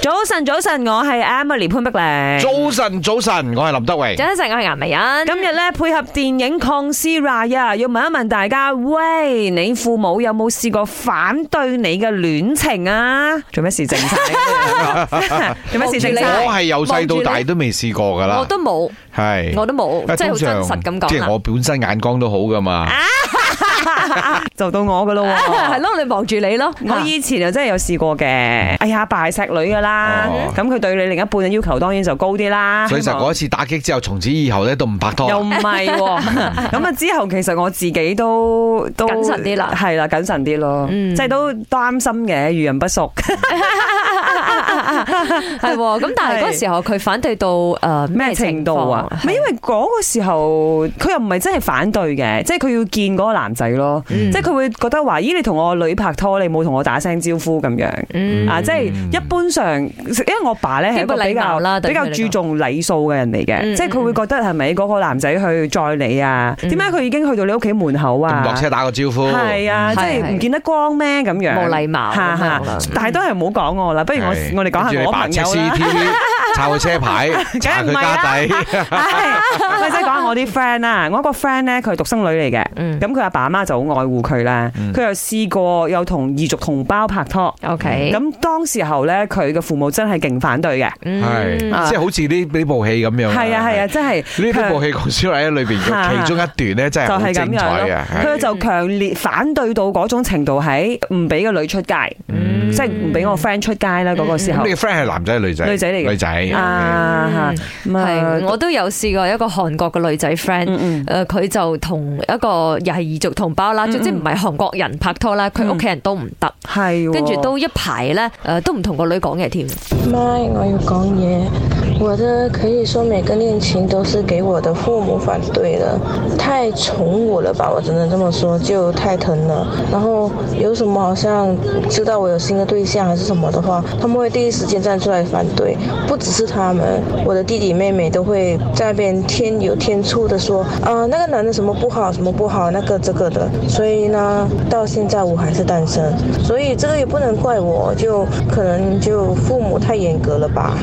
早晨，早晨，我係 Emily 潘碧玲。早晨，早晨，我係林德榮。早晨，我係顏美欣。今日咧配合電影《抗屍 Raya》，要問一問大家，喂，你父母有冇試過反對你嘅戀情啊？做咩事靜晒？ 做咩事靜晒？我係由細到大都未試過噶啦我，都冇，係我都冇，即係好真實咁即係講我啦。本身眼光都好噶嘛。就到我噶咯 喎係。咯，你望住你咯。我以前啊就真係有試過嘅，哎呀，拜石女噶啦哦，咁佢對你另一半嘅要求當然就高啲啦。所以就希望嗰一次打擊之後，從此以後咧都唔拍拖又。唔係喎，哦 咁啊之後其實我自己都都謹慎啲啦係啦，謹慎啲咯，嗯即係都擔心嘅，遇人不淑，係喎，咁但係嗰個時候佢反對到 誒咩程度啊？唔係咩因為嗰個時候佢又唔係真係反對嘅，即係佢要見嗰個男仔咯，嗯即係佢會覺得話：咦，你同我女拍拖，你冇同我打聲招呼咁樣。嗯啊，即係一般上，因為我爸咧係一個比基本禮較貌啦對比佢較嚟講注重禮數嘅人嚟嘅，嗯即係佢會覺得係咪嗰個男仔去載你啊？點嗯解佢已經去到你屋企門口啊？落車打個招呼，係啊，即嗯係唔見得光咩咁樣，冇禮貌嚇咁嚇樣啦但係都係唔好講我啦，不如我係我哋講跟下住我你朋扮 check 友 啦。 CCTV，查佢車牌，查梗係唔佢係啦家底。唉我真係講下我啲 friend 啦，我一個 friend 咧，佢係獨生女嚟嘅，嗯咁佢阿爸阿媽就好愛護佢啦。嗯佢又試過有同異族同胞拍拖， ，OK，咁當時候咧，佢嘅父母真係勁反對嘅，係，嗯啊即係好似呢呢部戲咁樣。係啊係啊，。真係呢呢部戲《講小麗》裏邊嘅其中一段咧，真係就好係咁精樣彩咯嘅。，係佢就強烈反對到嗰種程度，喺唔俾個女出街，嗯即係唔俾我 friend 出街啦。嗰個時候咁，你嘅 friend 係男仔定女仔？女仔嚟嘅女仔。嗯啊嚇，咁啊係，我都有試過一個韓國嘅女仔 friend。嗯誒佢就同一個又係異族同胞啦，總之唔係韓國人拍拖啦，佢屋企人都唔得，嗯，係喎，跟住都一排咧，誒都唔同個女講嘢添。妈，我有讲嘢。我的可以说每个恋情都是给我的父母反对的，太宠我了吧？我只能这么说，就太疼了。然后有什么好像知道我有新的对象还是什么的话，他们会第一时间站出来反对。不只是他们，我的弟弟妹妹都会在那边添油添醋的说，啊那个男的什么不好，什么不好，那个这个的。所以呢，到现在我还是单身，所以这个也不能怪我，就可能就父母太严格了吧。